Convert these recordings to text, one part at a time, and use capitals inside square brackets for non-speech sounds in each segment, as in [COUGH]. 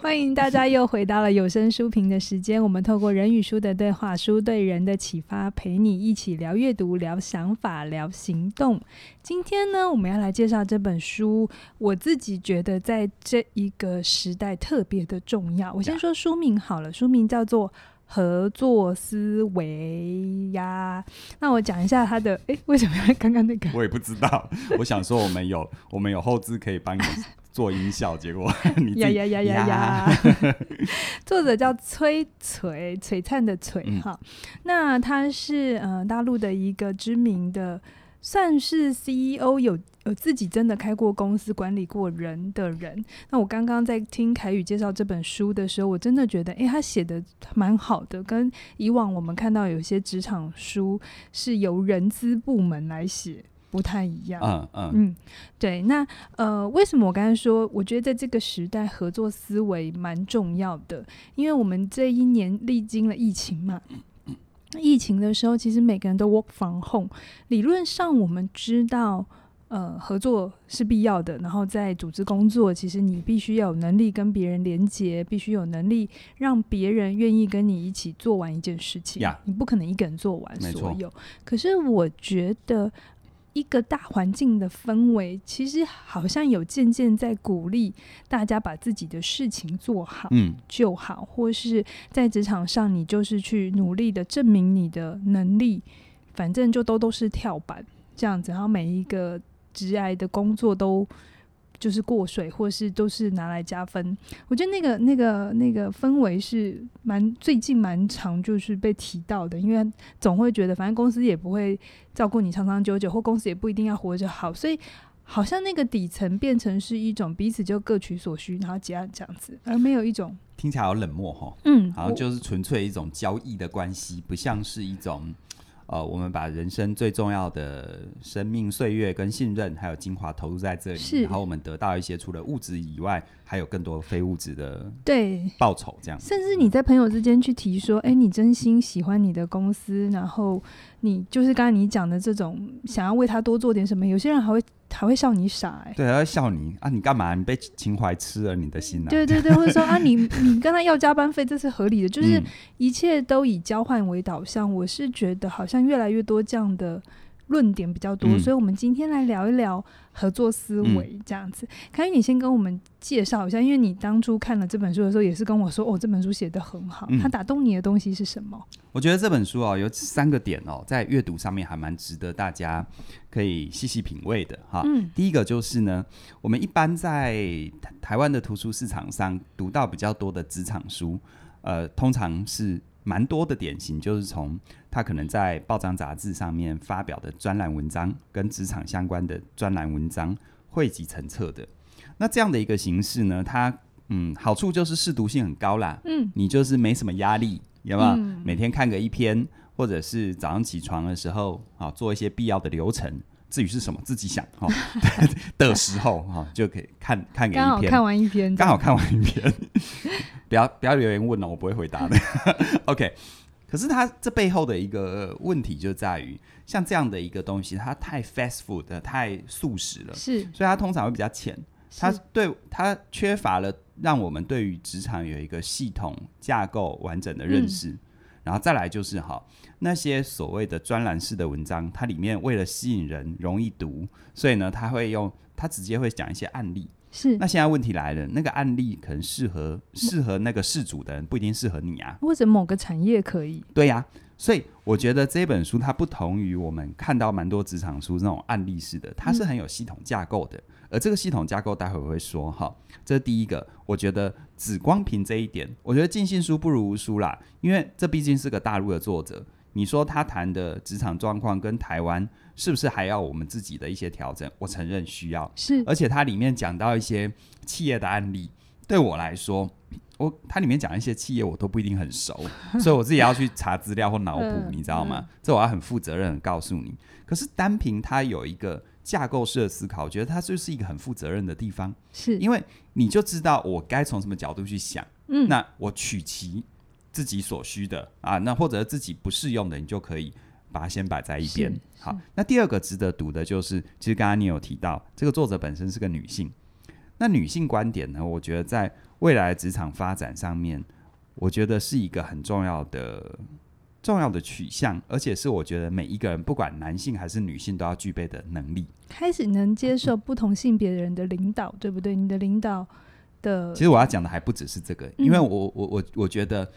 欢迎大家又回到了有声书评的时间。我们透过人与书的对话，书对人的启发，陪你一起聊阅读、聊想法、聊行动。今天呢，我们要来介绍这本书。我自己觉得在这一个时代特别的重要。我先说书名好了，书名叫做《合作思维》呀。那我讲一下它的，诶，为什么要刚刚那个？我也不知道，我想说我们有我们有后置可以帮你做音效，[LAUGHS] 结果你自己呀呀呀呀 [LAUGHS] 呀！作者叫崔璀，璀璨的璀嗯哈。那他是呃大陆的一个知名的，算是 CEO 有。有自己真的开过公司、管理过人的人。那我刚刚在听凯宇介绍这本书的时候，我真的觉得，诶，他写的蛮好的，跟以往我们看到有些职场书是由人资部门来写不太一样。嗯嗯嗯，对，那呃，为什么我刚才说，我觉得在这个时代，合作思维蛮重要的，因为我们这一年历经了疫情嘛。疫情的时候，其实每个人都 work from home。理论上，我们知道，呃，合作是必要的。然后在组织工作，其实你必须要有能力跟别人连接，必须有能力让别人愿意跟你一起做完一件事情。呀你不可能一个人做完没所错有。可是我觉得，一个大环境的氛围，其实好像有渐渐在鼓励大家把自己的事情做好。嗯，就好，或是在职场上，你就是去努力的证明你的能力，反正就都都是跳板这样子，然后每一个职涯的工作都就是过水，或是都是拿来加分。我觉得那个那个那个氛围是蛮最近蛮常就是被提到的，因为总会觉得反正公司也不会照顾你长长久久，或公司也不一定要活着好，所以。好像那个底层变成是一种彼此就各取所需，然后结案这样子，而没有一种听起来好冷漠哈，嗯，好像就是纯粹一种交易的关系，不像是一种呃，我们把人生最重要的生命岁月跟信任还有精华投入在这是里，然后我们得到一些除了物质以外，还有更多非物质的对，报酬，这样甚至你在朋友之间去提说，哎、你真心喜欢你的公司，然后你就是刚刚你讲的这种想要为他多做点什么，有些人还会还会笑你傻、哎。对，他会笑你啊，你干嘛？你被情怀吃了你的心啊？对对对，或者说啊，你你跟他要加班费，这是合理的，就是嗯一切都以交换为导向。我是觉得好像越来越多这样的论点比较多，嗯所以我们今天来聊一聊合作思维这样子。凯宇，你先跟我们介绍一下，因为你当初看了这本书的时候，也是跟我说，哦，这本书写得很好，嗯它打动你的东西是什么？我觉得这本书哦，有三个点哦，在阅读上面还蛮值得大家可以细细品味的哈。嗯第一个就是呢，我们一般在台台湾的图书市场上读到比较多的职场书，呃，通常是蛮多的典型，就是从他可能在报章杂志上面发表的专栏文章，跟职场相关的专栏文章汇集成册的。那这样的一个形式呢，它嗯，好处就是适读性很高啦，嗯，你就是没什么压力，有没有？嗯每天看个一篇，或者是早上起床的时候啊，做一些必要的流程。至于是什么，自己想 [LAUGHS] 哈、哦、对的时候哈、就可以看看个刚好一篇看，完一篇， [LAUGHS] 刚好看完一篇。不要不要留言问了、我不会回答的。OK，可是它这背后的一个问题就在于，像这样的一个东西，它太 fast food 了，太速食了，是所以它通常会比较浅。它是对它缺乏了让我们对于职场有一个系统架构完整的认识。然后再来就是哈，那些所谓的专栏式的文章，它里面为了吸引人容易读，所以呢，它会用它直接会讲一些案例。是那现在问题来了，那个案例可能适合适合那个事主的人，不一定适合你啊。或者某个产业可以，对呀、所以我觉得这本书它不同于我们看到蛮多职场书那种案例式的，它是很有系统架构的。而这个系统架构，待会我会说哈，这是第一个。我觉得只光凭这一点，我觉得尽信书不如无书啦，因为这毕竟是个大陆的作者。你说他谈的职场状况跟台湾是不是还要我们自己的一些调整？我承认需要，是而且它里面讲到一些企业的案例，对我来说，我它里面讲一些企业我都不一定很熟， [LAUGHS] 所以我自己要去查资料或脑补，嗯你知道吗？这我要很负责任的告诉你。可是单凭它有一个架构式的思考，我觉得它就是一个很负责任的地方，是，因为你就知道我该从什么角度去想，嗯，那我取其自己所需的啊，那或者自己不适用的，你就可以把它先摆在一边是。好是，那第二个值得读的就是，其实刚刚你有提到，这个作者本身是个女性，那女性观点呢？我觉得在未来职场发展上面，我觉得是一个很重要的重要的取向，而且是我觉得每一个人不管男性还是女性都要具备的能力。开始能接受不同性别的人的领导，对不对？你的领导的其实我要讲的还不只是这个，嗯因为我我我我觉得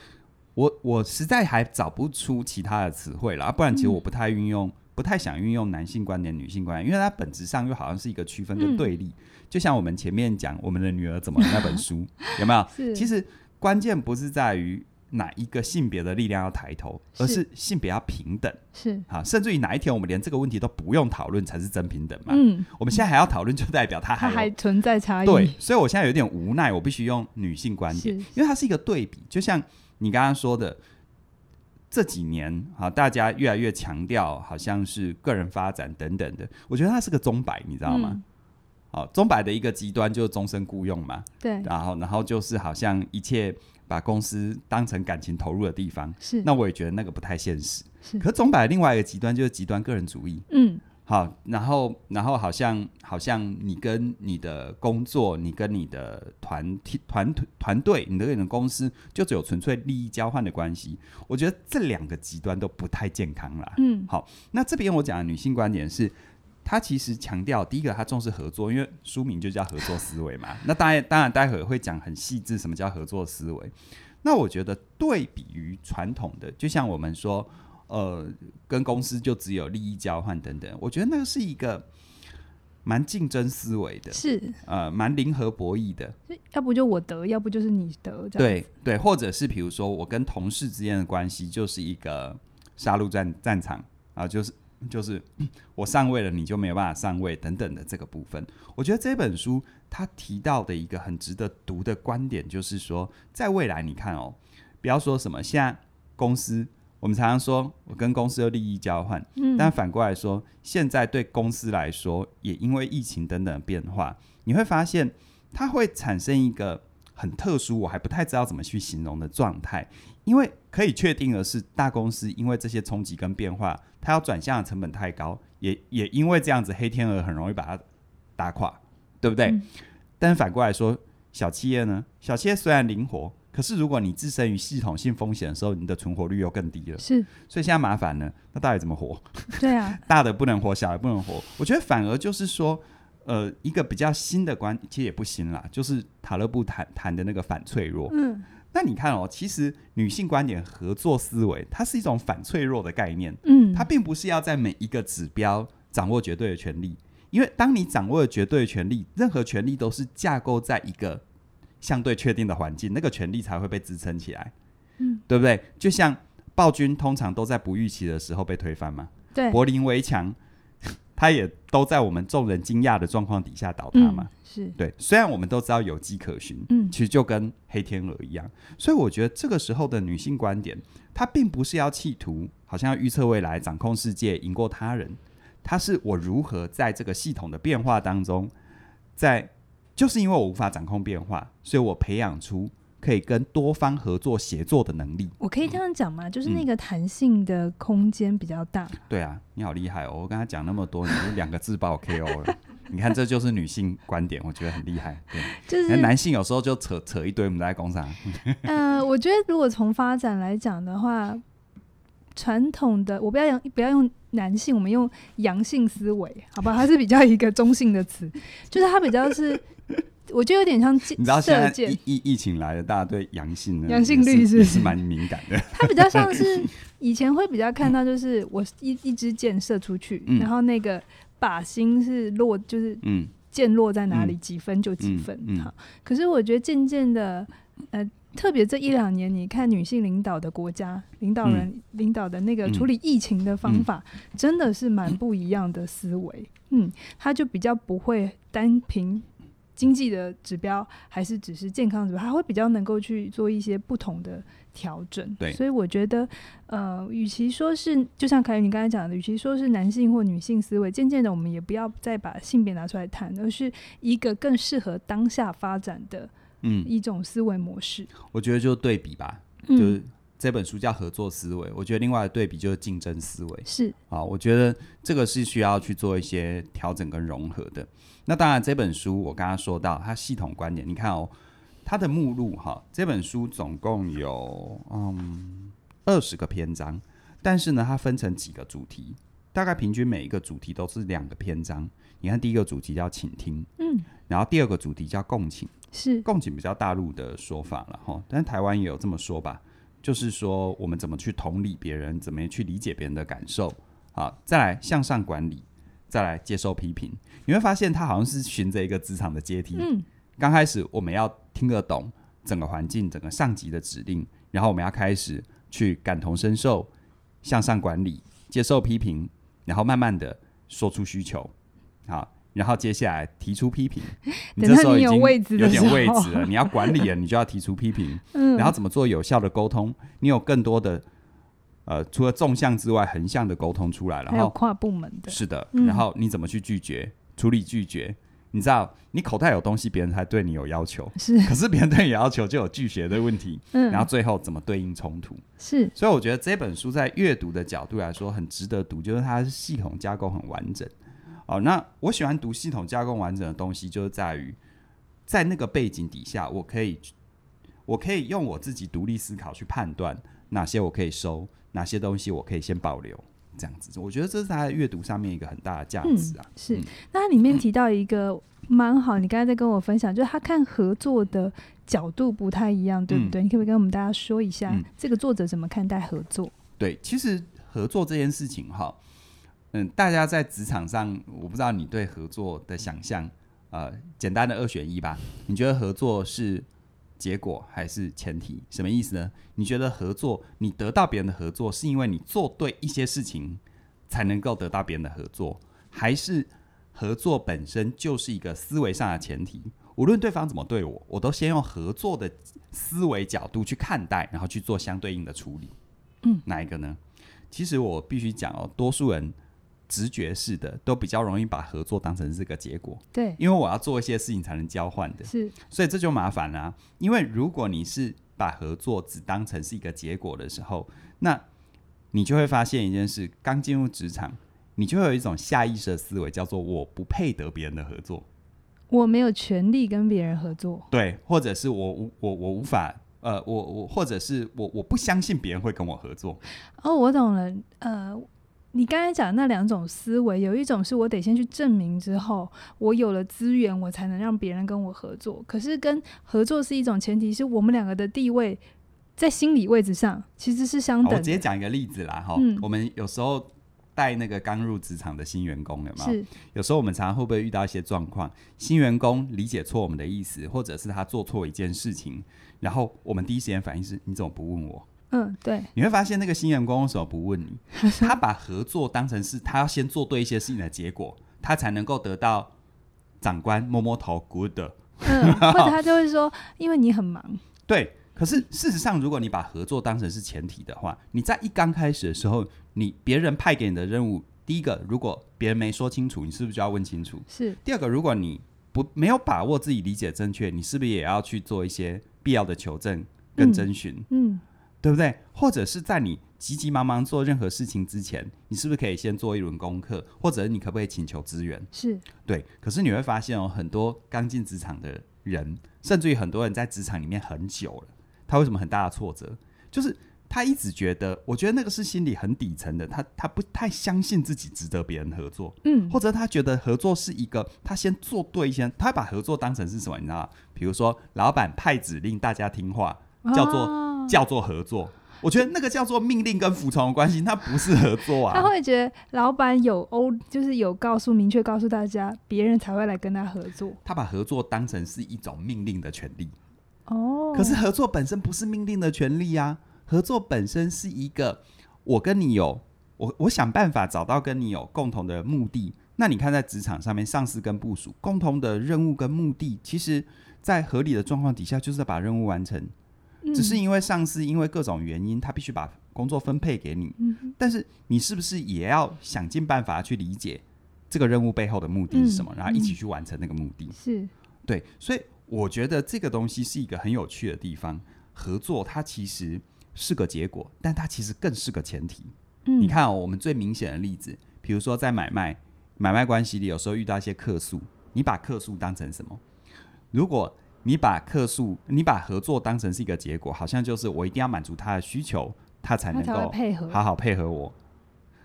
我我实在还找不出其他的词汇啦，不然其嗯实我不太运用，不太想运用男性观点、女性观点，因为它本质上又好像是一个区分嗯跟对立。就像我们前面讲《我们的女儿怎么了》那 [LAUGHS] 本书，有没有？是其实关键不是在于哪一个性别的力量要抬头，而是是性别要平等是啊，甚至于哪一天我们连这个问题都不用讨论才是真平等嘛。嗯，我们现在还要讨论，就代表它它还有还存在差异，对，所以我现在有点无奈，我必须用女性观哎点，是因为它是一个对比。就像你刚刚说的，这几年啊，大家越来越强调好像是个人发展等等的，我觉得它是个钟摆，你知道吗？嗯好、钟摆的一个极端就是终身雇佣嘛，对，然后然后就是好像一切把公司当成感情投入的地方，是那我也觉得那个不太现实。是可钟摆的另外一个极端就是极端个人主义，嗯好，然后然后好像好像你跟你的工作，你跟你的团体团团队，你跟你的公司，就只有纯粹利益交换的关系。我觉得这两个极端都不太健康啦。嗯那这边我讲的女性观点是，她其实强调第一个，她重视合作，因为书名就叫合作思维嘛。 [LAUGHS] 那当然，当然待会会讲很细致什么叫合作思维。那我觉得对比于传统的，就像我们说，呃，跟公司就只有利益交换等等，我觉得那个是一个蛮竞争思维的，是，呃，蛮零和博弈的。要不就我得，要不就是你得，这样对对，或者是比如说我跟同事之间的关系就是一个杀戮战战场啊，就是就是嗯我上位了，你就没有办法上位等等的这个部分。我觉得这本书它提到的一个很值得读的观点，就是说，在未来你看哦，不要说什么现在公司。我们常常说，我跟公司有利益交换，嗯但反过来说，现在对公司来说，也因为疫情等等的变化，你会发现它会产生一个很特殊，我还不太知道怎么去形容的状态。因为可以确定的是，大公司因为这些冲击跟变化，它要转向的成本太高，也也因为这样子，黑天鹅很容易把它打垮，对不对？嗯但反过来说，小企业呢，小企业虽然灵活，可是如果你置身于系统性风险的时候，你的存活率又更低了。是所以现在麻烦了，那到底怎么活？对 [LAUGHS] 啊，大的不能活，小的不能活。我觉得反而就是说，呃，一个比较新的观，其实也不新啦，就是塔勒布谈谈的那个反脆弱。嗯那你看哦，其实女性观点合作思维，它是一种反脆弱的概念，嗯，它并不是要在每一个指标掌握绝对的权利，因为当你掌握了绝对的权利，任何权利都是架构在一个相对确定的环境，那个权利才会被支撑起来，嗯对不对？就像暴君通常都在不预期的时候被推翻嘛，对柏林围墙， [LAUGHS] 它也都在我们众人惊讶的状况底下倒塌嗯嘛。是对，虽然我们都知道有迹可循，嗯其实就跟黑天鹅一样。所以我觉得这个时候的女性观点，她并不是要企图好像要预测未来、掌控世界、赢过他人，它是我如何在这个系统的变化当中，在就是因为我无法掌控变化，所以我培养出可以跟多方合作协作的能力。我可以这样讲吗？就是嗯那个弹性的空间比较大，对啊，你好厉害哦！我跟他讲那么多，你就两个字把我 KO 了。 [LAUGHS] 你看，这就是女性观点，我觉得很厉害。对，就那是男性有时候就扯扯一堆，我们在工厂。呃，我觉得如果从发展来讲的话，传统的我不要用不要用男性，我们用阳性思维，好吧？它是比较一个中性的词，就是它比较是， [LAUGHS] 我觉得有点像箭你知道现射在箭疫，疫疫情来了，大家对阳性呢阳性率也是是不也是是蛮敏感的。它比较像 [LAUGHS] 是以前会比较看到，就是我一一支箭射出去，嗯然后那个靶心是落，就是嗯，箭落在哪里，嗯几分就几嗯分。嗯好，可是我觉得渐渐的，呃，特别这一两年，你看女性领导的国家，领导人、领导的那个嗯处理疫情的方法，真的是蛮不一样的思维。嗯，他就比较不会单凭。经济的指标还是只是健康指标，他会比较能够去做一些不同的调整。对所以我觉得，呃，与其说是就像凯宇你刚才讲的，与其说是男性或女性思维，渐渐的我们也不要再把性别拿出来谈，而是一个更适合当下发展的嗯，一种思维模式。我觉得就对比吧，就嗯，是这本书叫合作思维，我觉得另外的对比就是竞争思维是啊，我觉得这个是需要去做一些调整跟融合的。那当然，这本书我刚刚说到它系统观点，你看哦，它的目录哈，这本书总共有嗯二十个篇章，但是呢，它分成几个主题，大概平均每一个主题都是两个篇章。你看第一个主题叫倾听，嗯，然后第二个主题叫共情。是共情比较大陆的说法了哈，但台湾也有这么说吧，就是说我们怎么去同理别人，怎么去理解别人的感受，好，再来向上管理，再来接受批评，你会发现它好像是循着一个职场的阶梯。嗯刚开始我们要听得懂整个环境、整个上级的指令，然后我们要开始去感同身受、向上管理、接受批评，然后慢慢的说出需求，好，然后接下来提出 [LAUGHS] 批评。等到这时候你已有经位置的有点时位候置了，你要管理了，你就要提出批评， [LAUGHS] 嗯，然后怎么做有效的沟通？你有更多的呃，除了纵向之外，横向的沟通出来，还然有后跨部门的，是的，嗯，然后你怎么去拒绝、处理拒绝？你知道，你口袋有东西，别人才对你有要求是可是别人对你有要求就有拒绝的问题，嗯，然后最后怎么对应冲突？是所以我觉得这本书在阅读的角度来说很值得读，就是它系统架构很完整。哦，那我喜欢读系统架构完整的东西，就是在于在那个背景底下，我可以我可以用我自己独立思考去判断哪些我可以收，哪些东西我可以先保留，这样子，我觉得这是它在阅读上面一个很大的价值啊。是嗯。那它里面提到一个蛮好，你刚才在跟我分享，就是他看合作的角度不太一样，对不对？你可不可以跟我们大家说一下嗯，这个作者怎么看待合作？对，其实合作这件事情哈，嗯，大家在职场上，我不知道你对合作的想象，呃，简单的二选一吧。你觉得合作是结果还是前提？什么意思呢？你觉得合作，你得到别人的合作，是因为你做对一些事情才能够得到别人的合作，还是合作本身就是一个思维上的前提？无论对方怎么对我，我都先用合作的思维角度去看待，然后去做相对应的处理。哪一个呢？其实我必须讲哦，多数人直觉式的都比较容易把合作当成是个结果，对，因为我要做一些事情才能交换的，是所以这就麻烦啦、因为如果你是把合作只当成是一个结果的时候，那你就会发现一件事：刚进入职场，你就会有一种下意识的思维，叫做我不配得别人的合作。我没有权利跟别人合作，对，或者是我无我我无法呃，我我或者是我我不相信别人会跟我合作。哦，我懂了，呃。你刚才讲的那两种思维，有一种是我得先去证明之后，我有了资源，我才能让别人跟我合作。可是跟合作是一种前提，是我们两个的地位在心理位置上其实是相好等我的。直接讲一个例子啦，哈、嗯我们有时候带那个刚入职场的新员工，有没有？是有时候我们常常会不会遇到一些状况，新员工理解错我们的意思，或者是他做错一件事情，然后我们第一时间反应是：你怎么不问我？嗯，对，你会发现那个新员工为什么不 [LAUGHS] 问你？他把合作当成是他要先做对一些事情的结果，他才能够得到长官摸摸头，good。 [LAUGHS] 嗯，或者他就会说，因为你很忙，对，可是事实上，如果你把合作当成是前提的话，你在一刚开始的时候，你别人派给你的任务，第一个，如果别人没说清楚，你是不是就要问清楚？是第二个，如果你不没有把握自己理解正确，你是不是也要去做一些必要的求证跟嗯征询，嗯，对不对？或者是在你急急忙忙做任何事情之前，你是不是可以先做一轮功课，或者你可不可以请求支援？是对，可是你会发现哦，很多刚进职场的人，甚至于很多人在职场里面很久了，他为什么很大的挫折？就是他一直觉得，我觉得那个是心里很底层的，他他不太相信自己值得别人合作，嗯，或者他觉得合作是一个他先做对一些，他把合作当成是什么？你知道吗？比如说，老板派指令大家听话，叫做哦叫做合作。我觉得那个叫做命令跟服从的关系，那不是合作啊。他会觉得老板有欧，就是有告诉明确告诉大家，别人才会来跟他合作他把合作当成是一种命令的权利。哦。可是合作本身不是命令的权利啊，合作本身是一个我跟你有我我想办法找到跟你有共同的目的。那你看在职场上面，上司跟部署共同的任务跟目的，其实在合理的状况底下，就是要把任务完成。嗯只是因为上司因为各种原因，他必须把工作分配给你，嗯但是你是不是也要想尽办法去理解这个任务背后的目的是什么，嗯然后一起去完成那个目的？是对，所以我觉得这个东西是一个很有趣的地方。合作它其实是个结果，但它其实更是个前提。嗯，你，看、哦，我们最明显的例子，比如说在买卖买卖关系里，有时候遇到一些客诉，你把客诉当成什么？如果你把客诉，你把合作当成是一个结果，好像就是我一定要满足他的需求，他才他能才会够配合。好好配合我。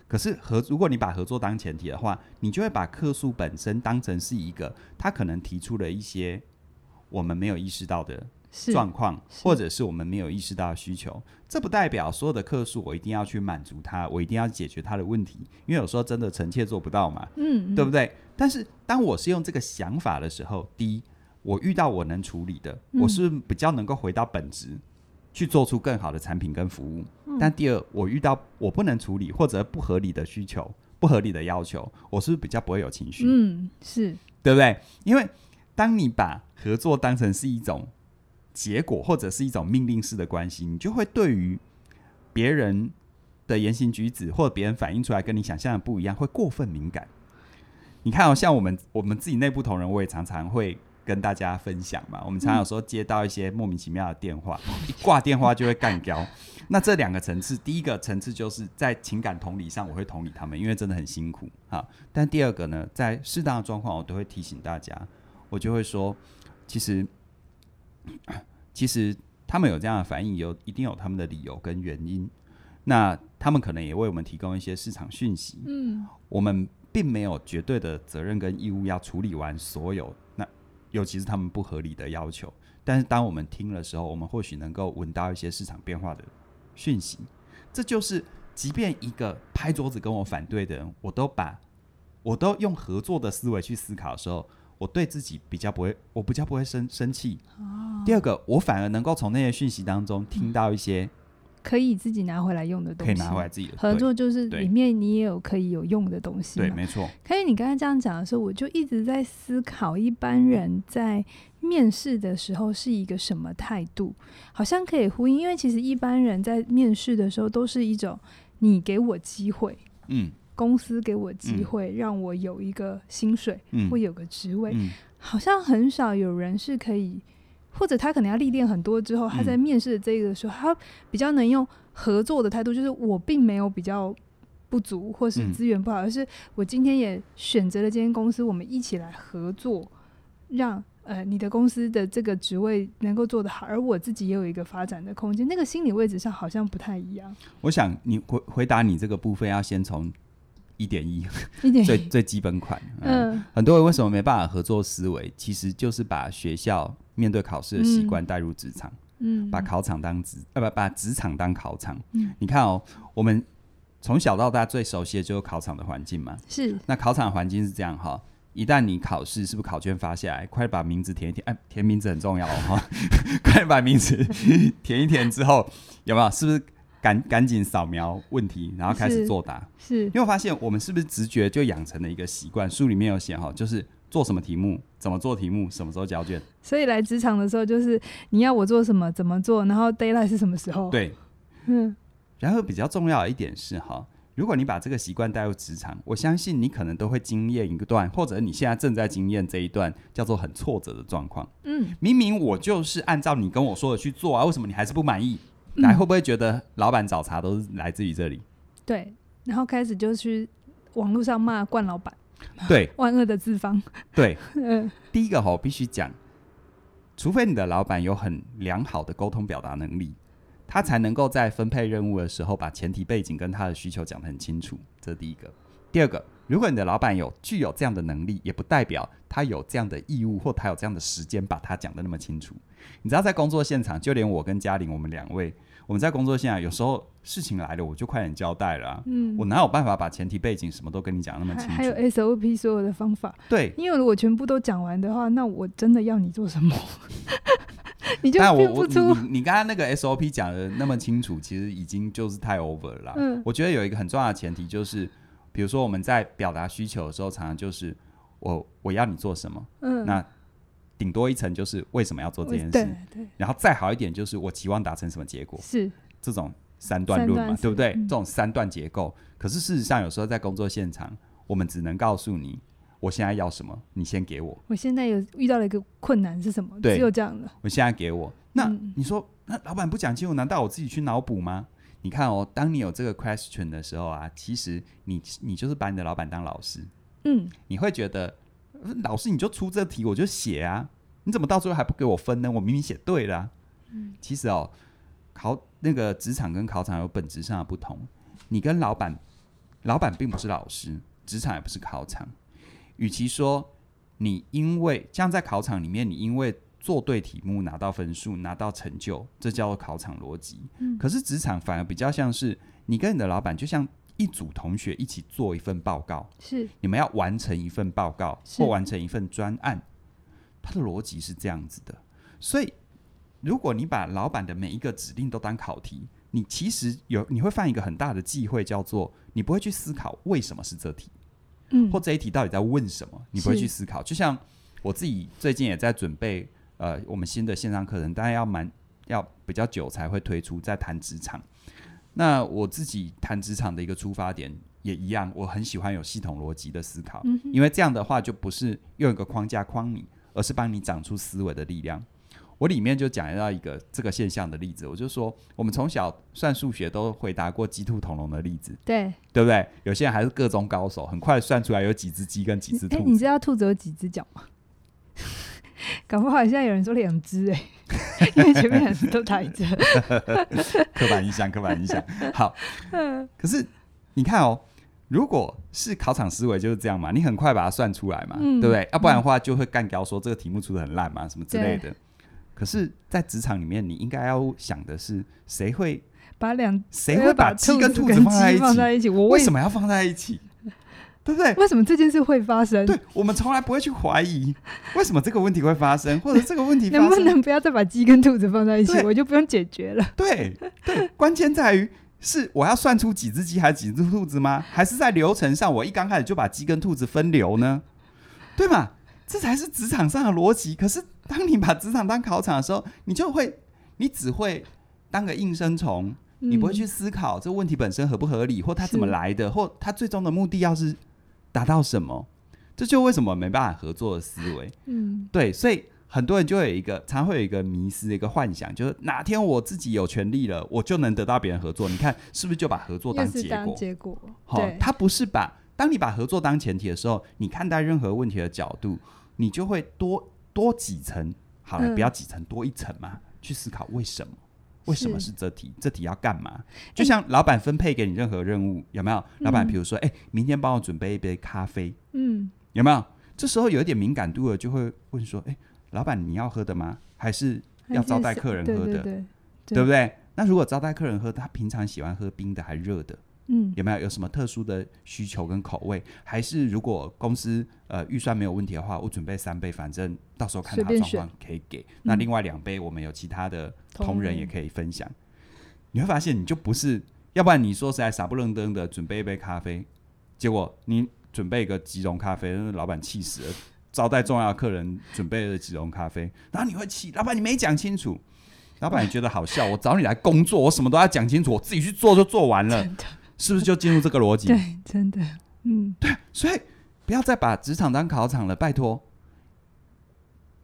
可是合，如果你把合作当前提的话，你就会把客诉本身当成是一个他可能提出了一些我们没有意识到的是，状况，是或者是我们没有意识到的需求。这不代表所有的客诉我一定要去满足他，我一定要解决他的问题，因为有时候真的臣妾做不到嘛，嗯，对不嗯对？但是当我是用这个想法的时候，第一，我遇到我能处理的，嗯我是比较能够回到本质。去做出更好的产品跟服务，嗯但第二，我遇到我不能处理或者不合理的需求、不合理的要求，我是不是比较不会有情绪？嗯，是，对不对？因为当你把合作当成是一种结果或者是一种命令式的关系，你就会对于别人的言行举止或者别人反映出来跟你想象的不一样，会过分敏感。你看、哦，像我们我们自己内部同仁，我也常常会跟大家分享嘛。我们常常有时候接到一些莫名其妙的电话，一挂电话就会干掉。 [LAUGHS] 那这两个层次，第一个层次就是在情感同理上，我会同理他们，因为真的很辛苦啊。但第二个呢，在适当的状况，我都会提醒大家，我就会说，其实，其实他们有这样的反应，有一定有他们的理由跟原因。那他们可能也为我们提供一些市场讯息，嗯，我们并没有绝对的责任跟义务要处理完所有那，尤其是他们不合理的要求。但是当我们听的时候，我们或许能够闻到一些市场变化的讯息。这就是，即便一个拍桌子跟我反对的人，我都把我都用合作的思维去思考的时候，我对自己比较不会，我比较不会生生气。第二个，我反而能够从那些讯息当中听到一些可以自己拿回来用的东可以西。拿回来自己的合对作就是对里面你也有可以有用的东西对，嘛。没错，可是你刚才这样讲的时候，我就一直在思考，一般人在面试的时候是一个什么态度，好像可以呼应，因为其实一般人在面试的时候都是一种你给我机会，嗯公司给我机会，让我有一个薪水嗯或有个职位，嗯好像很少有人是可以，或者他可能要历练很多之后，他嗯在面试的这个的时候，他比较能用合作的态度，就是我并没有比较不足或是嗯资源不好，而是我今天也选择了这间公司，我们一起来合作，让呃你的公司的这个职位能够做得好，而我自己也有一个发展的空间。那个心理位置上好像不太一样，我想你回回答你这个部分，要先从一 [LAUGHS] 点一一点最最基本款。嗯，嗯很多人为什么没办法合作思维，其实就是把学校面对考试的习惯带入职场，嗯，把考场当职呃不把职场当考场。嗯你看哦，我们从小到大最熟悉的就是考场的环境嘛。是那考场环境是这样哈、一旦你考试，是不是考卷发下来，快把名字填一填？哎，填名字很重要哦， [LAUGHS] 哈快把名字填一填之后，有没有？是不是赶赶紧扫描问题，然后开是始作答？是因为我发现我们是不是直觉就养成了一个习惯？书里面有写哈，就是做什么题目，怎么做题目，什么时候交卷。所以来职场的时候，就是你要我做什么，怎么做，然后 d a y l i g h t 是什么时候？，对，哦嗯然后比较重要的一点是哈，如果你把这个习惯带入职场，我相信你可能都会经验一段，或者你现在正在经验这一段叫做很挫折的状况。嗯，明明我就是按照你跟我说的去做啊，为什么你还是不满意？嗯来，会不会觉得老板找茬都是来自于这里？对，然后开始就去网络上骂冠老板，对万恶的资方，对， [LAUGHS] 嗯第一个哈，我必须讲，除非你的老板有很良好的沟通表达能力，他才能够在分配任务的时候把前提背景跟他的需求讲得很清楚。这是第一个。第二个，如果你的老板有具有这样的能力，也不代表他有这样的义务或他有这样的时间把他讲得那么清楚。你知道，在工作现场，就连我跟嘉玲，我们两位，我们在工作现场有时候事情来了，我就快点交代了、啊。嗯，我哪有办法把前提背景什么都跟你讲那么还清还有楚？ SOP 所有的方法，对，因为如果全部都讲完的话，那我真的要你做什么， [LAUGHS] 你就但我变我不你出，你你刚刚那个 SOP 讲的那么清楚，其实已经就是太 over 了啦。嗯我觉得有一个很重要的前提就是，比如说我们在表达需求的时候，常常就是我我要你做什么，嗯，那顶多一层就是为什么要做这件对事，对然后再好一点就是我期望达成什么结果，是，这种三段论三嘛段，式对不对？嗯这种三段结构，可是事实上有时候在工作现场，我们只能告诉你我现在要什么，你先给我。我现在有遇到了一个困难是什么？对只有这样的，我现在给我。那嗯你说那老板不讲清楚，难道我自己去脑补吗？你看哦，当你有这个 question 的时候啊，其实你你就是把你的老板当老师，嗯，你会觉得呃老师你就出这题我就写啊，你怎么到最后还不给我分呢？我明明写对了啊、其实哦，考那个职场跟考场有本质上的不同，你跟老板，老板并不是老师，职场也不是考场。与其说你因为像在考场里面，你因为做对题目拿到分数、拿到成就，这叫做考场逻辑。可是职场反而比较像是你跟你的老板就像一组同学一起做一份报告，是你们要完成一份报告是或完成一份专案，它的逻辑是这样子的。所以，如果你把老板的每一个指令都当考题，你其实有你会犯一个很大的忌讳，叫做你不会去思考为什么是这题，嗯或这一题到底在问什么，你不会去思考。就像我自己最近也在准备，呃，我们新的线上课程，当然要蛮要比较久才会推出，在谈职场。那我自己谈职场的一个出发点也一样，我很喜欢有系统逻辑的思考，因为这样的话就不是用一个框架框你，而是帮你长出思维的力量。我里面就讲到一个这个现象的例子，我就说我们从小算数学都回答过鸡兔同笼的例子，对，对不对？有些人还是各中高手，很快算出来有几只鸡跟几只哎、兔你子。知道兔子有几只脚吗？ [LAUGHS] 搞不好现在有人说两只哎， [LAUGHS] 因为前面很多台车。哎刻板印象，刻板 [LAUGHS] 印象。好，嗯可是你看哦，如果是考场思维就是这样嘛，你很快把它算出来嘛，嗯对不对？要、不然的话就会干掉说这个题目出的很烂嘛，什么之类的。可是，在职场里面，你应该要想的是，谁会把两谁会把鸡兔跟兔兔子放在一鸡放在起？一起？我为什什么要放在一起？对不对？为什么这件事会发生？对，我们从来不会去怀疑为什么这个问题会发生，或者这个问题发能不生能不要再把鸡跟兔子放在一起？对我就不用解决了。 [LAUGHS] 对对，关键在于是我要算出几只鸡还是几只兔子吗？还是在流程上我一刚开始就把鸡跟兔子分流呢？对嘛？这才是职场上的逻辑。可是当你把职场当考场的时候，你就会，你只会当个应声虫，你不嗯会去思考这问题本身合不合理，或它怎么是来的，或它最终的目的要是达到什么。这就为什么没办法合作的思维。嗯，对，所以很多人就会有一个，常会有一个迷失的一个幻想，就是哪天我自己有权利了，我就能得到别人合作。你看是不是就把合作又当是结当果？结果，好、对，他不是把当你把合作当前提的时候，你看待任何问题的角度，你就会多多几层，好了，嗯不要几层，多一层嘛，去思考为什么。为什么是是这题？这题要干嘛？就像老板分配给你任何任务，有没有？老板，嗯比如说，哎、明天帮我准备一杯咖啡，嗯，有没有？这时候有一点敏感度了，就会问说：“哎，老板，你要喝的吗？还是要招待客人对喝的对对，对对不对？”那如果招待客人喝，他平常喜欢喝冰的还热的，嗯，有没有？有什么特殊的需求跟口味？还是如果公司呃预算没有问题的话，我准备三杯，反正到时候看随他便状况可以给。那另外两杯我们有其他的同仁也可以分享。你会发现，你就不是，要不然你说实在傻不愣登的准备一杯咖啡，结果你准备一个即溶咖啡，那老板气死了。招待重要的客人准备了即溶咖啡，然后你会气，老板你没讲清楚，老板也觉得 [LAUGHS] 好笑。我找你来工作，我什么都要讲清楚，我自己去做就做完 [LAUGHS] 了真，是不是就进入这个逻辑？对，真的，嗯，所以不要再把职场当考场了，拜托。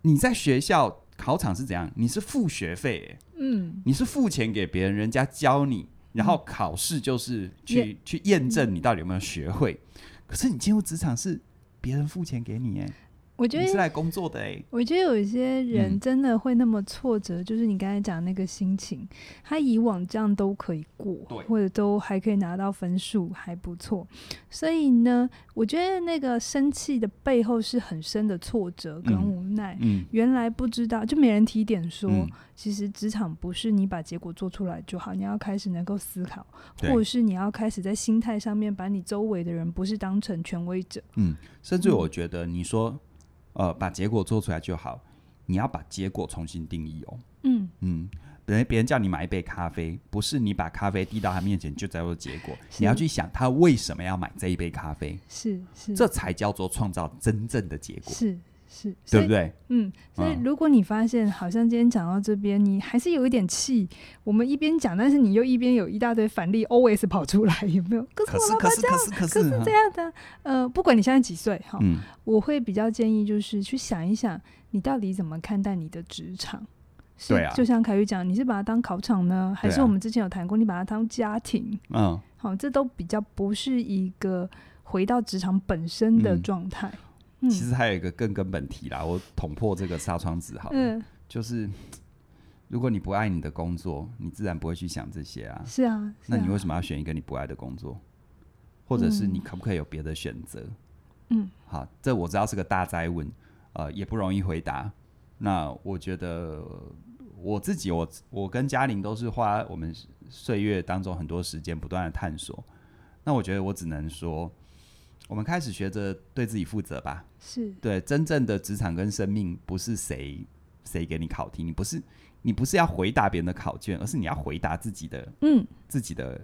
你在学校考场是怎样？你是付学费、欸嗯，你是付钱给别人，人家教你，然后考试就是去、去验嗯证你到底有没有学会。可是你进入职场是别人付钱给你、欸，我觉你得是来工作的、欸，我觉得有一些人嗯真的会那么挫折，就是你刚才讲那个心情，他以往这样都可以过对，或者都还可以拿到分数，还不错。所以呢，我觉得那个生气的背后是很深的挫折跟嗯无奈。嗯，原来不知道，就没人提点说，嗯其实职场不是你把结果做出来就好，你要开始能够思考，对或者是你要开始在心态上面把你周围的人不是当成权威者，嗯，甚至嗯我觉得你说，呃，把结果做出来就好，你要把结果重新定义哦。嗯，嗯，别人别人叫你买一杯咖啡，不是你把咖啡递到他面前就叫做结果，是嗯你要去想他为什么要买这一杯咖啡，是是，这才叫做创造真正的结果，是是，所对以不对？嗯，所以嗯如果你发现好像今天讲到这边，你还是有一点气，我们一边讲，但是你又一边有一大堆反例 always 跑出来，有 [LAUGHS] 没有？可是可我是老可板是可是可可是是这样的，呃，不管你现在几岁哈，嗯我会比较建议就是去想一想，你到底怎么看待你的职场。是对啊就像凯宇讲，你是把它当考场呢，还是对啊我们之前有谈过，你把它当家庭？嗯，好，这都比较不是一个回到职场本身的嗯状态。嗯其实还有一个更根本题啦，我捅破这个纱窗纸好了，嗯，就是如果你不爱你的工作，你自然不会去想这些啊。是啊，是那你啊为什么要选一个你不爱的工作？或者是你可不可以有别的选择？嗯，好，这我知道是个大灾问，呃，也不容易回答。那我觉得我自己，我我跟嘉玲都是花我们岁月当中很多时间不断的探索。那我觉得我只能说，我们开始学着对自己负责吧。是对，真正的职场跟生命不是谁谁给你考题，你不是你不是要回答别人的考卷，而是你要回答自己的嗯自己的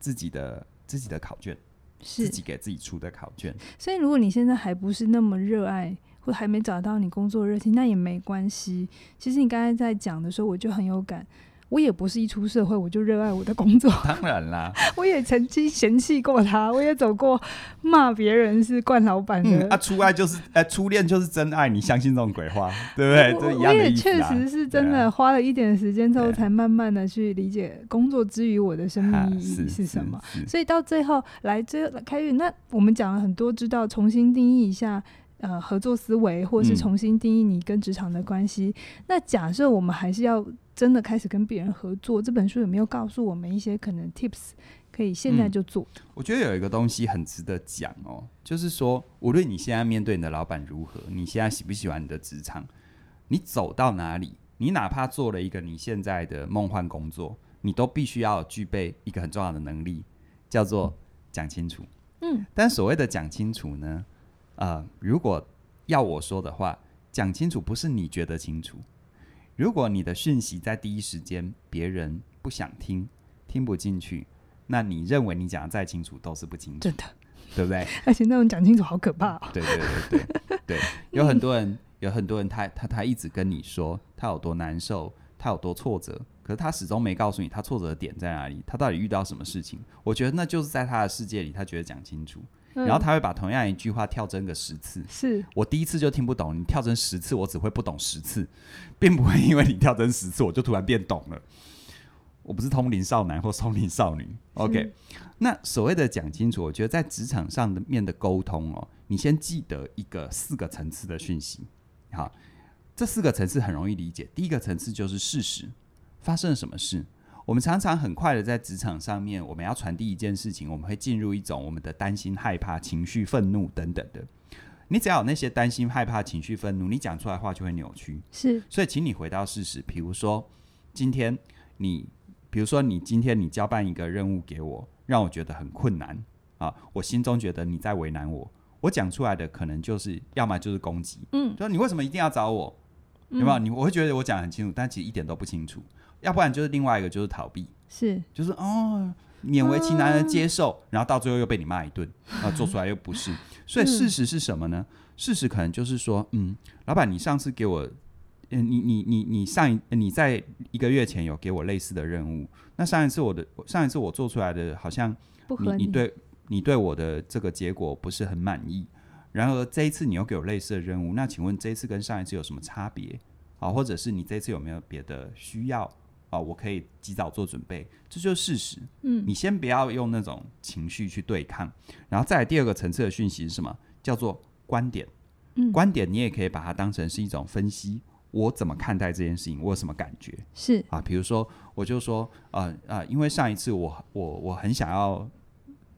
自己的自己的考卷，自是。己给自己出的考卷。所以如果你现在还不是那么热爱，或还没找到你工作热情，那也没关系。其实你刚才在讲的时候，我就很有感。我也不是一出社会我就热爱我的工 [LAUGHS] 作，当 [LAUGHS] 然啦，我也曾经嫌弃过他，我也走过骂别人是惯老板的嗯， [LAUGHS] 啊，初爱就是，呃，初恋就是真爱，你相信这种鬼话，对我不对？这一我样的也意思确啦。实是真对的啊花了一点时间之后，对啊才慢慢的去理解工作之于我的 [LAUGHS] 生啊命意义是是什么。？是所以到最后来最后开运，那我们讲了很多，知道重新定义一下。呃，合作思维，或是嗯重新定义你跟职场的关系。那假设我们还是要真的开始跟别人合作，这本书有没有告诉我们一些可能 tips，可以现在嗯就做？我觉得有一个东西很值得讲哦，就是说，无论你现在面对你的老板如何，你现在喜不喜欢你的职场，你走到哪里，你哪怕做了一个你现在的梦幻工作，你都必须要具备一个很重要的能力，叫做讲清楚。嗯，但所谓的讲清楚呢，呃，如果要我说的话，讲清楚不是你觉得清楚。如果你的讯息在第一时间别人不想听，听不进去，那你认为你讲的再清楚都是不 [LAUGHS] 清楚，真的，对不对？而且那种讲清楚好可怕、哦。对对对对对，有很多人，有很多人他，他他一直跟你说他有多难受，他有多挫折，可是他始终没告诉你他挫折的点在哪里，他到底遇到什么事情。我觉得那就是在他的世界里，他觉得讲清楚，嗯然后他会把同样一句话跳针个十次。是我第一次就听不懂，你跳针十次，我只会不懂十次，并不会因为你跳针十次，我就突然变懂了。我不是通灵少男或通灵少女，OK？那所谓的讲清楚，我觉得在职场上的面的沟通哦，你先记得一个四个层次的讯息。好，这四个层次很容易理解。第一个层次就是事实，发生了什么事。我们常常很快的在职场上面，我们要传递一件事情，我们会进入一种我们的担心、害怕、情绪、愤怒等等的。你只要有那些担心、害怕、情绪、愤怒，你讲出来的话就会扭曲。是所以，请你回到事实，比如说，今天你，比如说你今天你交办一个任务给我，让我觉得很困难啊，我心中觉得你在为难我，我讲出来的可能就是要么就是攻击，嗯，就说你为什么一定要找我？嗯有没有？你我会觉得我讲得很清楚，但其实一点都不清楚。要不然就是另外一个就是逃避，是就是哦，勉为其难的接受，然后到最后又被你骂一顿，啊，做出来又不是。所以嗯事实是什么呢？事实可能就是说，嗯，老板，你上次给我，呃、你你你你上一你在一个月前有给我类似的任务，那上一次我的上一次我做出来的好像不你合理。你对你对我的这个结果不是很满意，然而这一次你又给我类似的任务，那请问这一次跟上一次有什么差别啊？或者是你这次有没有别的需要啊？我可以及早做准备，这就是事实。嗯，你先不要用那种情绪去对抗，然后再来第二个层次的讯息是什么？叫做观点。嗯观点你也可以把它当成是一种分析，我怎么看待这件事情，我有什么感觉？是啊，比如说我就说，呃呃，因为上一次我我我很想要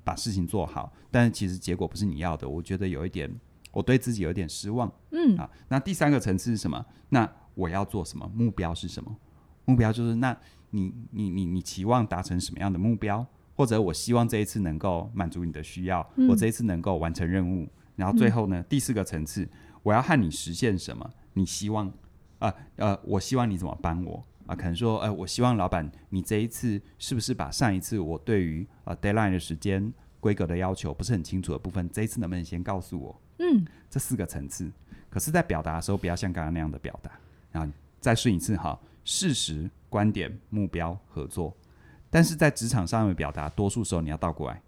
把事情做好，但是其实结果不是你要的，我觉得有一点，我对自己有一点失望嗯啊。那第三个层次是什么？那我要做什么？目标是什么？目标就是，那你你你你期望达成什么样的目标？或者我希望这一次能够满足你的需要，嗯我这一次能够完成任务。然后最后呢，第四个层次，我要和你实现什么？你希望啊呃我希望你怎么帮我啊、可能说，呃，我希望老板你这一次是不是把上一次我对于呃 deadline 的时间规格的要求不是很清楚的部分，这一次能不能先告诉我？嗯，这四个层次，可是，在表达的时候，不要像刚刚那样的表达，然后再顺一次哈，事实、观点、目标、合作。但是在职场上面表达，多数时候你要倒过来，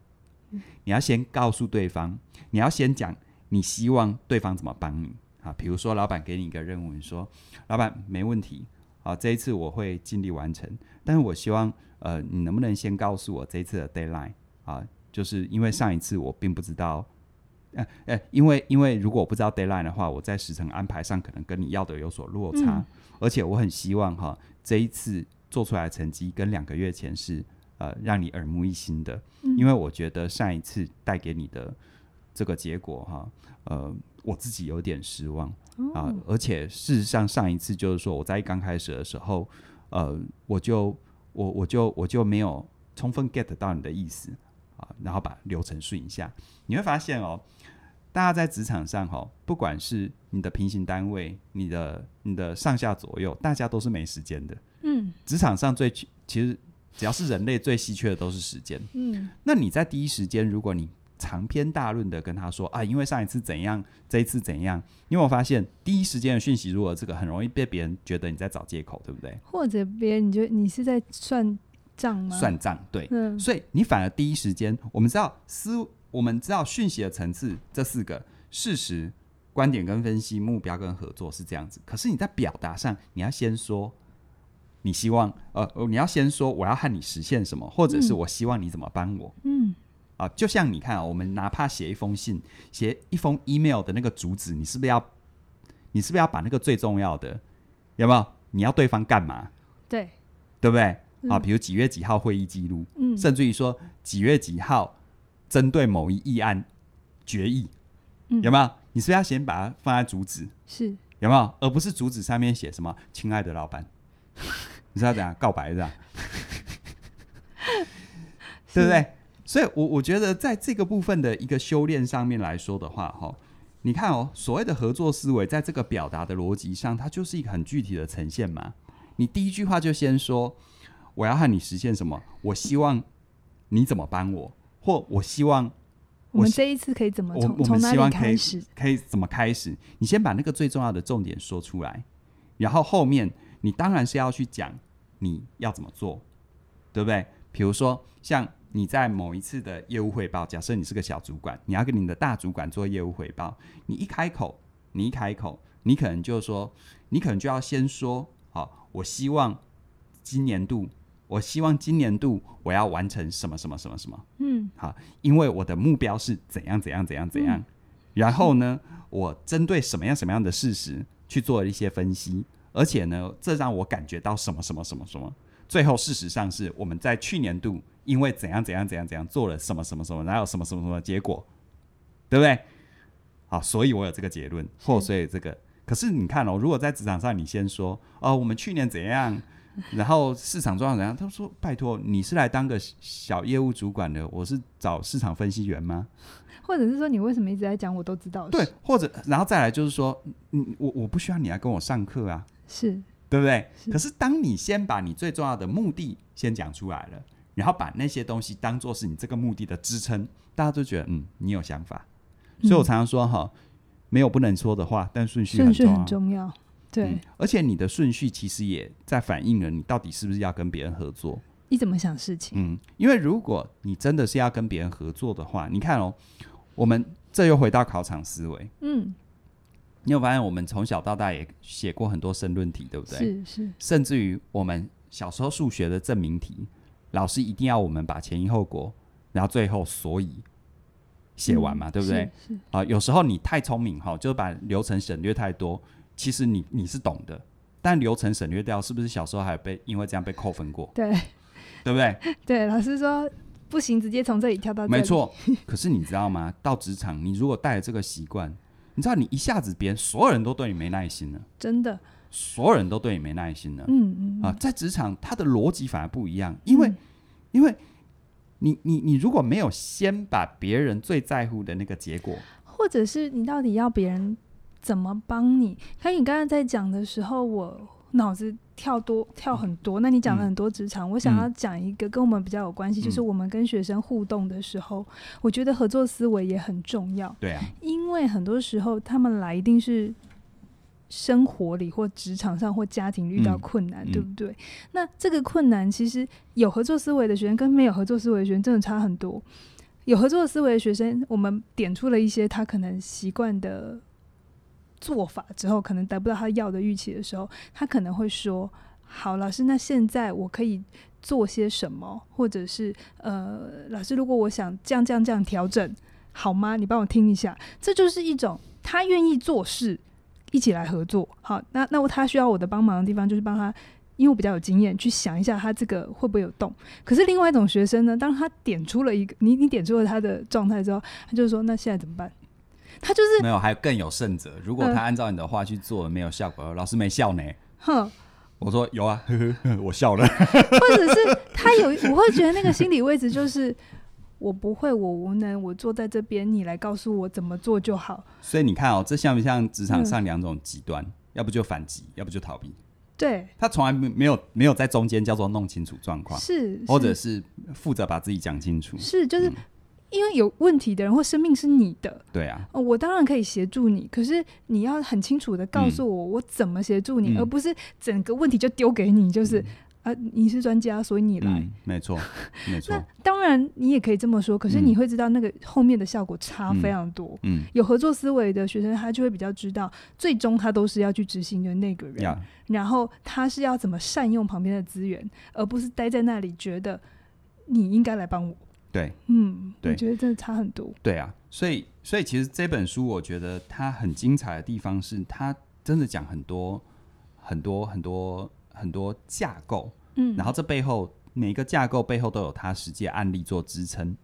你要先告诉对方，你要先讲你希望对方怎么帮你啊。比如说，老板给你一个任务，你说：“老板，没问题啊、好，这一次我会尽力完成，但是我希望呃，你能不能先告诉我这一次的 deadline 啊？就是因为上一次我并不知道，呃呃，因为因为如果我不知道 deadline 的话，我在时程安排上可能跟你要的有所落差，嗯而且我很希望哈、这一次做出来的成绩跟两个月前是呃让你耳目一新的，因为我觉得上一次带给你的这个结果哈、呃，我自己有点失望。啊，而且事实上，上一次就是说，我在刚开始的时候，呃，我就我我就我就没有充分 get 到你的意思啊，然后把流程顺一下，你会发现哦，大家在职场上哈、哦，不管是你的平行单位、你的你的上下左右，大家都是没时间的。嗯职场上最其实只要是人类最稀缺的都是时间，嗯那你在第一时间，如果你长篇大论的跟他说啊，因为上一次怎样，这一次怎样，因为我发现第一时间的讯息，如果这个很容易被别人觉得你在找借口，对不对？或者别人你就你是在算账吗？算账，对。嗯所以你反而第一时间，我们知道思，我们知道讯息的层次这四个事实、观点跟分析、目标跟合作是这样子。可是你在表达上，你要先说你希望，呃，呃你要先说我要和你实现什么，或者是嗯我希望你怎么帮我。嗯啊，就像你看啊，我们哪怕写一封信，写一封 email 的那个主旨，你是不是要，你是不是要把那个最重要的，有没有？你要对方干嘛，对对不对？啊，嗯比如几月几号会议记录，嗯甚至于说几月几号针对某一议案决议，嗯有没有？你是不是要先把它放在主旨，是有没有？而不是主旨上面写什么“亲爱的老板”， [LAUGHS] 你知道怎样告白是吧？对不是对？所以我，我觉得在这个部分的一个修炼上面来说的话，哈、你看哦，所谓的合作思维，在这个表达的逻辑上，它就是一个很具体的呈现嘛。你第一句话就先说我要和你实现什么，我希望你怎么帮我，或我希望我们希这一次可以怎么我从我从们哪希望里可开以始？可以怎么开始？你先把那个最重要的重点说出来，然后后面你当然是要去讲你要怎么做，对不对？比如说像你在某一次的业务汇报，假设你是个小主管，你要跟你的大主管做业务汇报，你一开口，你一开口，你可能就说，你可能就要先说，好，我希望今年度，我希望今年度我要完成什么什么什么什么。嗯因为我的目标是怎样怎样怎样怎样，嗯然后呢，我针对什么样什么样的事实去做一些分析，而且呢，这让我感觉到什么什么什么什么。最后，事实上是我们在去年度因为怎样怎样怎样怎样做了什么什么什么，然后什么什么什么结果，对不对？好，所以我有这个结论，或所以有这个。可是你看哦，如果在职场上你先说哦，我们去年怎样，然后市场状况怎样？他说：“拜托，你是来当个小业务主管的，我是找市场分析员吗？”或者是说你为什么一直在讲我都知道的对事？，或者然后再来就是说，嗯，我我不需要你来跟我上课啊，是对不对？是可是当你先把你最重要的目的先讲出来了，然后把那些东西当做是你这个目的的支撑，大家都觉得嗯，你有想法。所以我嗯常常说哈，没有不能说的话，但顺序顺很序重很要。重要。对嗯，，而且你的顺序其实也在反映了你到底是不是要跟别人合作。你怎么想事情？嗯，因为如果你真的是要跟别人合作的话，你看哦，我们这又回到考场思维。嗯，你有发现，我们从小到大也写过很多申论题，对不对？是是，甚至于我们小时候数学的证明题，老师一定要我们把前因后果，然后最后所以写完嘛，嗯对不对？？是是啊、有时候你太聪明哈，就把流程省略太多，其实你你是懂的，但流程省略掉，是不是小时候还有被因为这样被扣分过，对 [LAUGHS] 哦对不对？对，老师说不行，直接从这里跳到这里。没，错，可是你知道吗？到职场，你如果带着这个习惯，你知道你一下子别人所有人都对你没耐心了，真的，所有人都对你没耐心了、嗯嗯啊！嗯在职场，他的逻辑反而不一样，因为、嗯因为你你你如果没有先把别人最在乎的那个结果，或者是你到底要别人怎么帮你？可你刚刚在讲的时候，我脑子跳多跳很多。那你讲了嗯很多职场，我想要嗯讲一个跟我们比较有关系，就是嗯我们跟学生互动的时候，我觉得合作思维也很重要。对啊，因为很多时候他们来一定是生活里或职场上或家庭遇到嗯困难，嗯对不对？那这个困难其实有合作思维的学生跟没有合作思维的学生真的差很多。有合作思维的学生，我们点出了一些他可能习惯的做法之后，可能达不到他要的预期的时候，他可能会说：“好，老师，那现在我可以做些什么？或者是呃，老师，如果我想这样这样这样调整，好吗？你帮我听一下，这就是一种他愿意做事，一起来合作。好，那那我他需要我的帮忙的地方，就是帮他。因为我比较有经验，去想一下他这个会不会有动。可是另外一种学生呢，当他点出了一个你你点出了他的状态之后，他就说：“那现在怎么办？”他就是没有，还更有甚者，如果嗯他按照你的话去做了没有效果，老师没笑呢，哼，我说有啊，呵呵呵 [LAUGHS] 我笑了。或者是他有，我会觉得那个心理位置就是我不会，我无能，我坐在这边，你来告诉我怎么做就好。所以你看哦，这像不像职嗯场上两种极端？要不就反击，要不就逃避。对，他从来没没有没有在中间叫做弄清楚状况，是，或者是是负责把自己讲清楚。是就是嗯因为有问题的人或生命是你的。对啊，哦，我当然可以协助你，可是你要很清楚的告诉我我怎么协助你，嗯而不是整个问题就丢给你，就是、啊，你是专家，所以你来。嗯，没错，没 [LAUGHS] 错那，当然你也可以这么说，可是嗯你会知道那个后面的效果差非常多。嗯有合作思维的学生，他就会比较知道，最终他都是要去执行的那个人。呀，然后他是要怎么善用旁边的资源，而不是待在那里觉得你应该来帮我。对嗯，我对觉得真的差很多。对啊。所以所以其实这本书我觉得它很精彩的地方是，它真的讲很多很多很多很多架构，嗯，然后这背后每一个架构背后都有它实际的案例做支撑。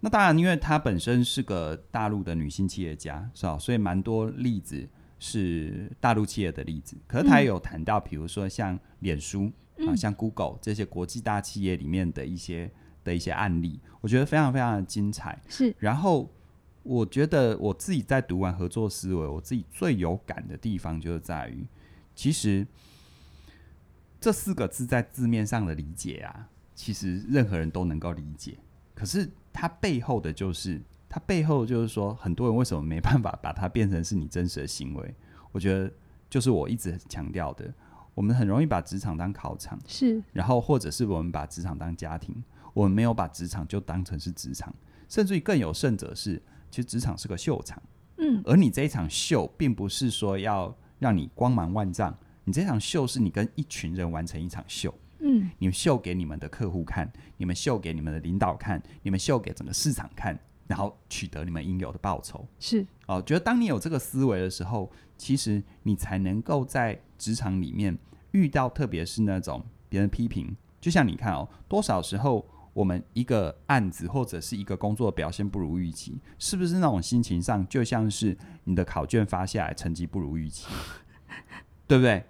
那当然，因为她本身是个大陆的女性企业家，是吧？所以蛮多例子是大陆企业的例子。可是她也有谈到，比如说像脸书、啊、嗯像 Google 这些国际大企业里面的一些的一些案例，我觉得非常非常的精彩。是然后我觉得我自己在读完《合作思维》，我自己最有感的地方就是在于，其实这四个字在字面上的理解啊，其实任何人都能够理解。可是它背后的就是，它背后就是说，很多人为什么没办法把它变成是你真实的行为？我觉得就是我一直强调的，我们很容易把职场当考场。是，然后或者是我们把职场当家庭，我们没有把职场就当成是职场，甚至于更有甚者是，其实职场是个秀场，嗯而你这一场秀并不是说要让你光芒万丈，你这场秀是你跟一群人完成一场秀，嗯你们秀给你们的客户看，你们秀给你们的领导看，你们秀给整个市场看，然后取得你们应有的报酬。是，哦，觉得当你有这个思维的时候，其实你才能够在职场里面遇到，特别是那种别人批评，就像你看哦，多少时候我们一个案子或者是一个工作表现不如预期，是不是那种心情上就像是你的考卷发下来成绩不如预期， [LAUGHS] 对不对？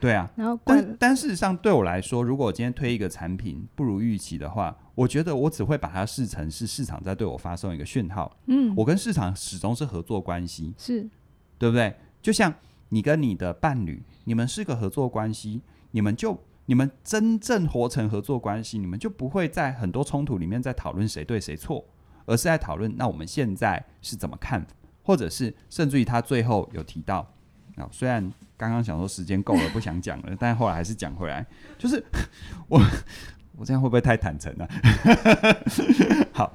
对啊，然后怪但了，但事实上，对我来说，如果我今天推一个产品不如预期的话，我觉得我只会把它视成是市场在对我发送一个讯号，嗯，我跟市场始终是合作关系，是对不对？就像你跟你的伴侣，你们是个合作关系，你们就你们真正活成合作关系，你们就不会在很多冲突里面在讨论谁对谁错，而是在讨论那我们现在是怎么看，或者是甚至于他最后有提到。啊、虽然刚刚想说时间够了，不想讲了，但后来还是讲回来，就是 [LAUGHS] 我我这样会不会太坦诚了、啊 [LAUGHS] 好，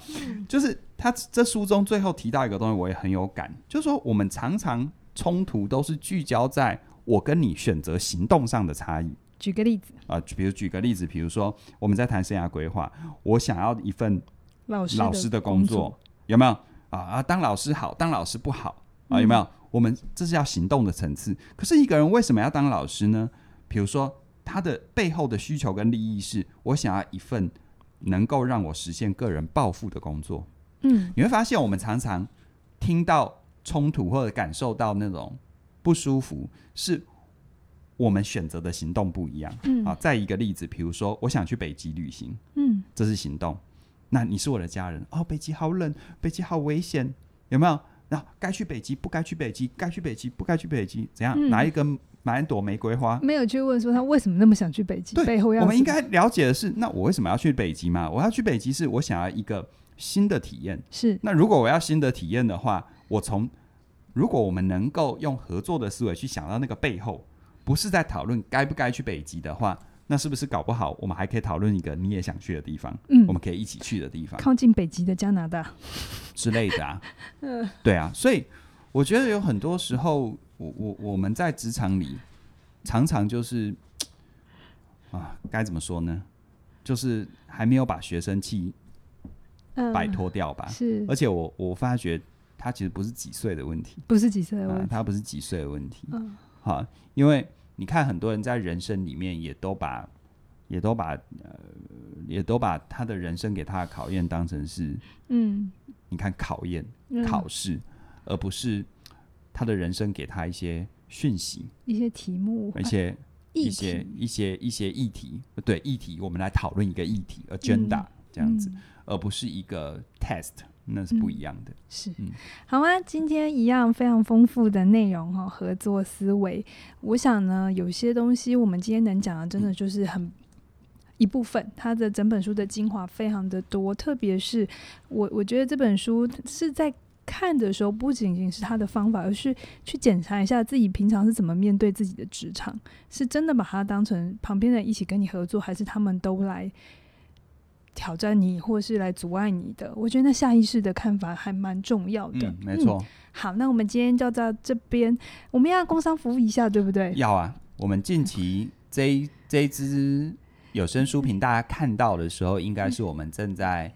就是他这书中最后提到一个东西，我也很有感，就是说我们常常冲突都是聚焦在我跟你选择行动上的差异举个例子，啊、举比如举个例子，比如说我们在谈生涯规划，我想要一份老师老师的工工作，，有没有啊啊？当老师好，当老师不好啊？嗯有没有？我们这是要行动的层次。可是一个人为什么要当老师呢？比如说他的背后的需求跟利益是，我想要一份能够让我实现个人抱负的工作。嗯你会发现，我们常常听到冲突或者感受到那种不舒服，是我们选择的行动不一样。嗯啊，再一个例子，比如说我想去北极旅行，嗯，这是行动。那你是我的家人哦，北极好冷，北极好危险，有没有？那该去北极，不该去北极，该去北极，不该去北极，怎样？嗯拿一根拿一朵玫瑰花，没有去问说他为什么那么想去北极，对背后要我们应什么该了解的是，那我为什么要去北极嘛？我要去北极是我想要一个新的体验，是那如果我要新的体验的话，我从如果我们能够用合作的思维去想到那个背后，不是在讨论该不该去北极的话，那是不是搞不好我们还可以讨论一个你也想去的地方，嗯我们可以一起去的 [LAUGHS] 地方靠近北极的加拿大，之类的啊？嗯对啊，所以我觉得有很多时候，我我我们在职场里常常就是啊，该怎么说呢？就是还没有把学生气嗯，摆脱掉吧。是啊而且我我发觉他其实不是几岁的问题，不是几岁的啊问，题？他不是几岁的问题，嗯，好、因为你看很多人在人生里面也都把也都把呃也都把他的人生给他的考验当成是嗯，你看考验嗯考试，而不是他的人生给他一些讯息，一些题目，而且啊议一些题一些一些议题，对议题，我们来讨论一个议题 agenda、这样子，嗯而不是一个 test，那是不一样的。是嗯，好啊，今天一样非常丰富的内容哈、哦，合作思维。我想呢，有些东西我们今天能讲的，嗯真的就是很。一部分，它的整本书的精华非常的多，特别是我，我觉得这本书是在看的时候，不仅仅是它的方法，而是去检查一下自己平常是怎么面对自己的职场，是真的把它当成旁边人一起跟你合作，还是他们都来挑战你，或是来阻碍你的？我觉得那下意识的看法还蛮重要的。嗯，没错，好，那我们今天就到这边，我们要工商服务一下，对不对？要啊。我们近期这一这一支有声书评，大家看到的时候，应该是我们正在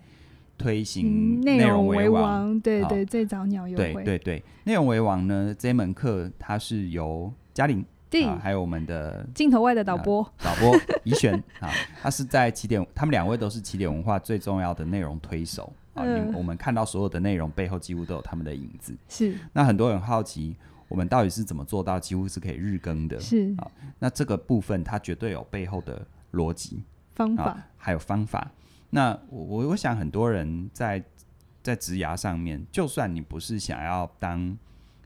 推行嗯内容为为王。王，对好对，最早鸟友对会，对对，内容为王呢，这门课它是由嘉玲啊，还有我啊们的镜头外的导播，导 [LAUGHS] 播怡璇啊，他是在起点，他们两位都是起点文化最重要的内容推手啊。你嗯我们看到所有的内容背后几乎都有他们的影子。是那很多人好奇，我们到底是怎么做到几乎是可以日更的？是好那这个部分它绝对有背后的逻辑方啊法，，还有方法。那我我我想很多人在在职涯上面，就算你不是想要当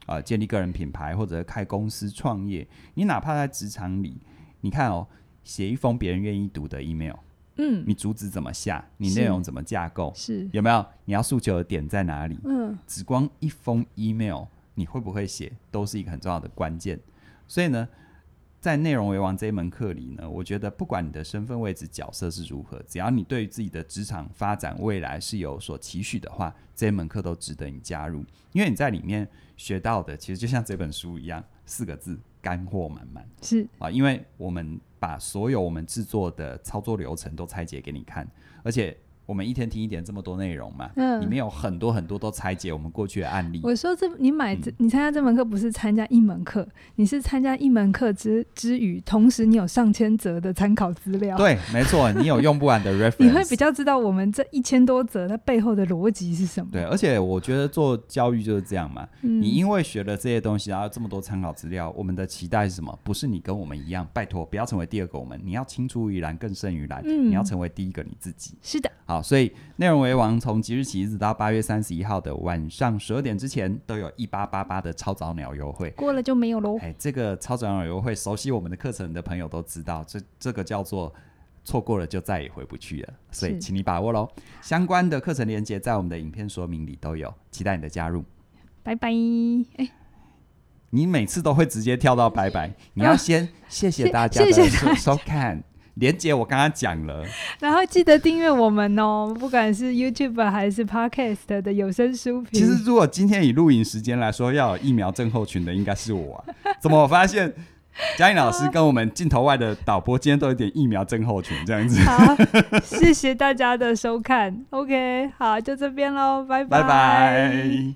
呃建立个人品牌或者开公司创业，你哪怕在职场里，你看哦，写一封别人愿意读的 email，嗯，你主旨怎么下，你是内容怎么架构，是，有没有你要诉求的点在哪里？嗯只光一封 email，你会不会写，都是一个很重要的关键。所以呢，在内容为王这一门课里呢，我觉得不管你的身份位置、角色是如何，只要你对于自己的职场发展未来是有所期许的话，这一门课都值得你加入，因为你在里面学到的，其实就像这本书一样，四个字：干货满满是，啊！因为我们把所有我们制作的操作流程都拆解给你看，而且。我们一天听一点这么多内容嘛，里嗯。面有很多很多都拆解我们过去的案例。我说这，你买这嗯，你参加这门课不是参加一门课，你是参加一门课之之余，同时你有上千则的参考资料，对，没错，你有用不完的 [LAUGHS] reference。你会比较知道我们这一千多则它背后的逻辑是什么。对，而且我觉得做教育就是这样嘛。嗯，你因为学了这些东西，然后这么多参考资料，我们的期待是什么？不是你跟我们一样，拜托不要成为第二个我们，你要青出于蓝更胜于蓝，嗯你要成为第一个你自己。是的，好，所以内容为王，从即日起一直到八月三十一号的晚上十二点之前，都有一八八八的超早鸟优惠。过了就没有喽。哎，这个超转友优惠，熟悉我们的课程的朋友都知道，这这个叫做错过了就再也回不去了，所以是请你把握喽。相关的课程链接在我们的影片说明里都有，期待你的加入。拜拜。哎，你每次都会直接跳到 [LAUGHS] 拜拜，你要先谢谢谢大家的谢谢收收看。连接我刚刚讲了，然后记得订阅我们哦，不管是 YouTube 还是 Podcast 的有声书评。其实如果今天以录影时间来说，要有疫苗症候群的应该是我、啊， [LAUGHS] 怎么我发现嘉颖老啊师跟我们镜头外的导播今天都有点疫苗症候群这样子。好，谢谢大家的收看。OK，好，就这边喽，拜拜拜。